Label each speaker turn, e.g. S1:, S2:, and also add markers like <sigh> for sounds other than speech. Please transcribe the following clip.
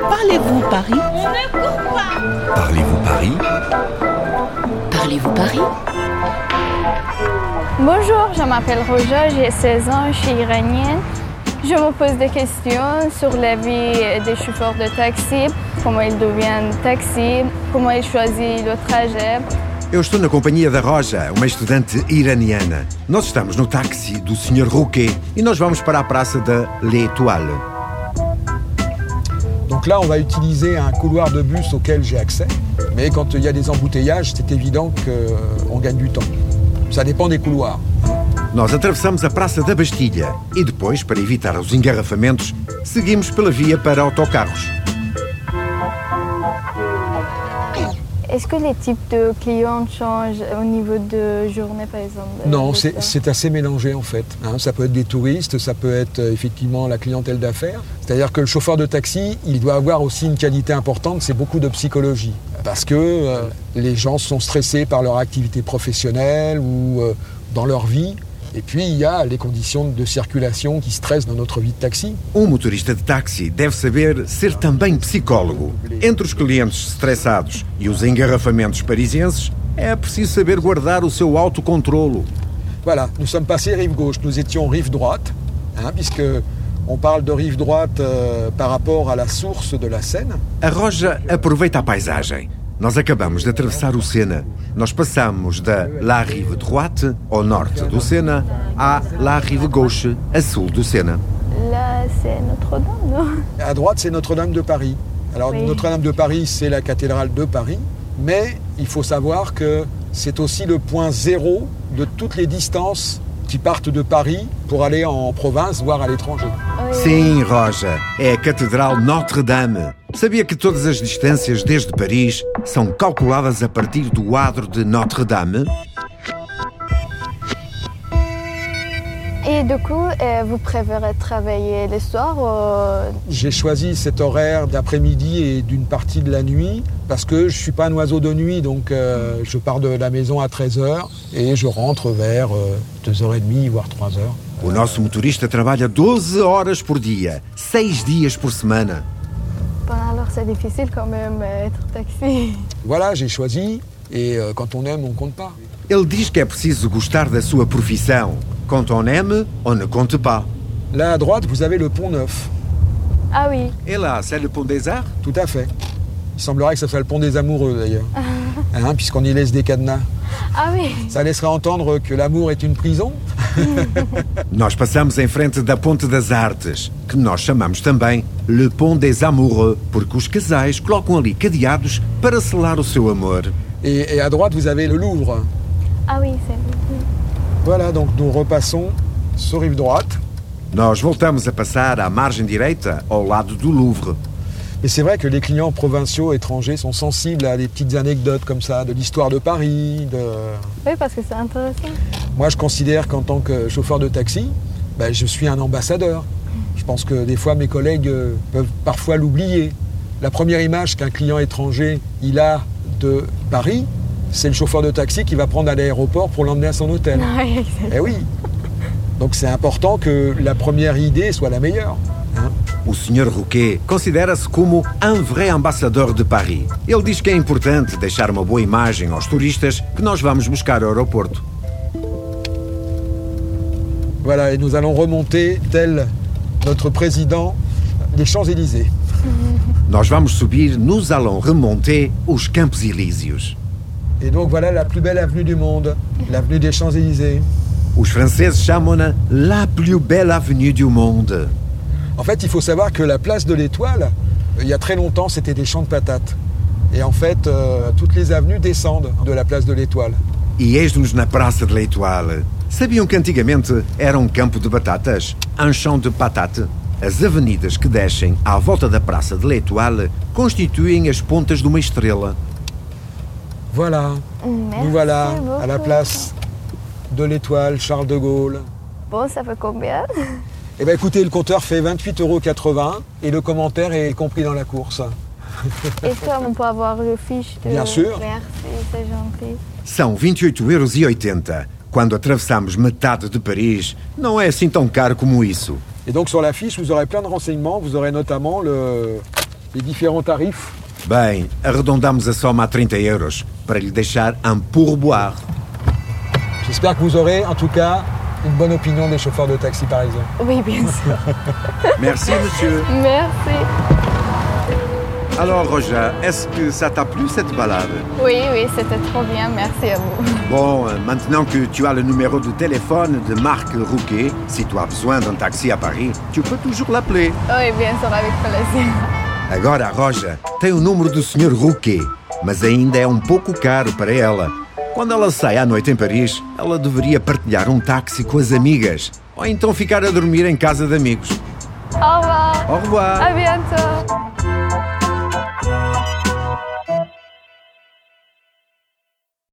S1: Parlez-vous Paris
S2: Parlez-vous Paris
S1: Parlez-vous Paris
S3: Bonjour, je m'appelle Roja, j'ai 16 ans, je suis iranienne. Je me pose des questions sur la vie des chauffeurs de taxi, comment ils deviennent taxi, comment ils choisissent le trajet.
S2: Eu estou na companhia da Roja, uma estudante iraniana. Nós estamos no táxi do Sr. Rouquet e nós vamos para a praça da L'Étoile.
S4: Donc là, on va utiliser un couloir de bus auquel j'ai accès. Mais quand il y a des embouteillages, c'est évident qu'on gagne du temps. Ça dépend des couloirs.
S2: Nós atravessamos a Praça da Bastilha e depois, para evitar os engarrafamentos, seguimos pela via para autocarros.
S3: Est-ce que les types de clients changent au niveau de journée, par exemple
S4: Non,
S3: Je sais
S4: c'est
S3: pas.
S4: c'est assez mélangé en fait. hein. ça peut être des touristes, ça peut être euh, effectivement la clientèle d'affaires. C'est-à-dire que le chauffeur de taxi, il doit avoir aussi une qualité importante, c'est beaucoup de psychologie. Parce que euh, les gens sont stressés par leur activité professionnelle ou euh, dans leur vie. Et puis il y a les conditions de circulation qui stressent dans notre vie de taxi.
S2: Um motorista de táxi deve saber ser também psicólogo. Entre os clientes estressados e os engarrafamentos parisienses, é preciso saber guardar o seu autocontrolo.
S4: Voilà, nous sommes passés rive gauche, nous étions rive droite, hein, puisque on parle de rive droite euh, par rapport à la source de la Seine.
S2: A Roja aproveita a paisagem. Nós acabamos de atravessar o Sena. Nós passamos da La Rive Droite, ao norte do Sena, à La Rive Gauche, a sul do Sena.
S3: Là, c'est Notre-Dame, non
S4: À droite, c'est Notre-Dame de Paris. Alors
S3: Oui.
S4: Notre-Dame de Paris, c'est la cathédrale de Paris, mais il faut savoir que c'est aussi le point zéro de toutes les distances qui partent de Paris pour aller en province, voire à l'étranger.
S3: Oui.
S2: Sim, Roja, é a Catedral Notre-Dame. Sabia que todas as distâncias desde Paris são calculadas a partir do adro de Notre-Dame?
S3: Et du coup, euh, vous préférez travailler le soir ou
S4: J'ai choisi cet horaire d'après-midi et d'une partie de la nuit parce que je suis pas un oiseau de nuit, donc euh, je pars de la maison à 13h et je rentre vers euh, 2h30, voire 3h.
S2: O nosso motorista trabalha 12 horas por dia, 6 dias por semana.
S3: Ben, alors c'est difficile quand même euh, être taxi.
S4: Voilà, j'ai choisi et euh, quand on aime, on compte pas.
S2: Ele diz que é preciso gostar da sua profissão. Conte on aime, on ne compte pas.
S4: Là à droite, vous avez le pont neuf.
S3: Ah oui,
S2: Et là, c'est le pont des arts
S4: Tout à fait. Il semblerait que ce soit le pont des amoureux d'ailleurs, Hein, puisqu'on y laisse des cadenas.
S3: ah oui.
S4: Ça laisserait entendre que l'amour est une prison.
S2: Nós passamos em frente da Ponte das Artes, que nós chamamos também Le Pont des Amoureux, porque os casais colocam ali cadeados para selar o seu amor.
S4: Et, et à droite, vous avez le Louvre.
S3: Ah oui, c'est lui.
S4: Voilà, donc nous repassons sur rive droite.
S2: Nós voltamos a passar à margem direita, ao lado do Louvre.
S4: Mais c'est vrai que les clients provinciaux étrangers sont sensibles à des petites anecdotes comme ça, de l'histoire de Paris. de-
S3: Oui, parce que c'est <laughs> intéressant.
S4: Moi, je considère qu'en tant que chauffeur de taxi, ben, je suis un ambassadeur. Je pense que des fois, mes collègues euh, peuvent parfois l'oublier. La première image qu'un client étranger il a de Paris, c'est le chauffeur de taxi qui va prendre à l'aéroport pour l'emmener à son hôtel.
S3: Oui, exact.
S4: Eh oui. Donc c'est important que la première idée soit la meilleure. hein.
S2: O Sr. Rouquet considera-se como um vrai ambassador de Paris. Ele diz que é importante deixar uma boa imagem aos turistas que nós vamos buscar ao aeroporto.
S4: Voilà, et nous allons remonter, tel notre président, les Champs-Élysées.
S2: Nós vamos subir nos Allons Remonté, os Campos Elíseos.
S4: Et donc voilà la plus belle avenue du monde, l'avenue des Champs-Élysées.
S2: Os franceses chamam-na La plus belle avenue du monde.
S4: En fait, il faut savoir que la place de l'Étoile, euh, il y a très longtemps, c'était des champs de patates. Et en fait, euh, toutes les avenues descendent de la place de l'Étoile.
S2: E eis-nos na Praça de Leitoal. Sabiam que antigamente era um campo de batatas? Um chão de patate? As avenidas que descem à volta da Praça de Leitoal constituem as pontas de uma estrela.
S4: Voilà,
S3: Merci
S4: nous voilà à la
S3: beaucoup.
S4: place de l'Étoile, Charles de Gaulle.
S3: Bon, ça fait combien
S4: Eh bien écoutez, le compteur fait 28,80 euros et le commentaire est compris dans la course.
S3: Est-ce qu'on peut avoir le fiche de...
S4: Bien sûr.
S3: Merci, c'est gentil.
S2: São 28,80 euros. Quando atravessamos metade de Paris, não é assim tão caro como isso.
S4: Et donc sur la fiche, vous aurez plein de renseignements. Vous aurez notamment le- les différents tarifs.
S2: Bem, arredondamos a soma a 30 euros para lhe deixar un pourboire.
S4: J'espère que vous aurez en tout cas une bonne opinion des chauffeurs de taxi parisiens.
S3: Oui, bien sûr.
S2: Merci, monsieur.
S3: <laughs> Merci.
S2: Alors, Roger, est-ce que ça t'a plu cette balade
S3: Oui, oui, c'était trop bien. Merci à vous.
S2: Bon, euh, maintenant que tu as le numéro de téléphone de Marc Rouquet, si tu as besoin d'un taxi à Paris, tu peux toujours l'appeler.
S3: Oui, bien sûr, avec plaisir.
S2: Agora a Roja tem o número do Sr. Rouquet, mas ainda é um pouco caro para ela. Quando ela sai à noite em Paris, ela deveria partilhar um táxi com as amigas ou então ficar a dormir em casa de amigos.
S3: Au revoir.
S2: Au revoir!
S3: À bientôt.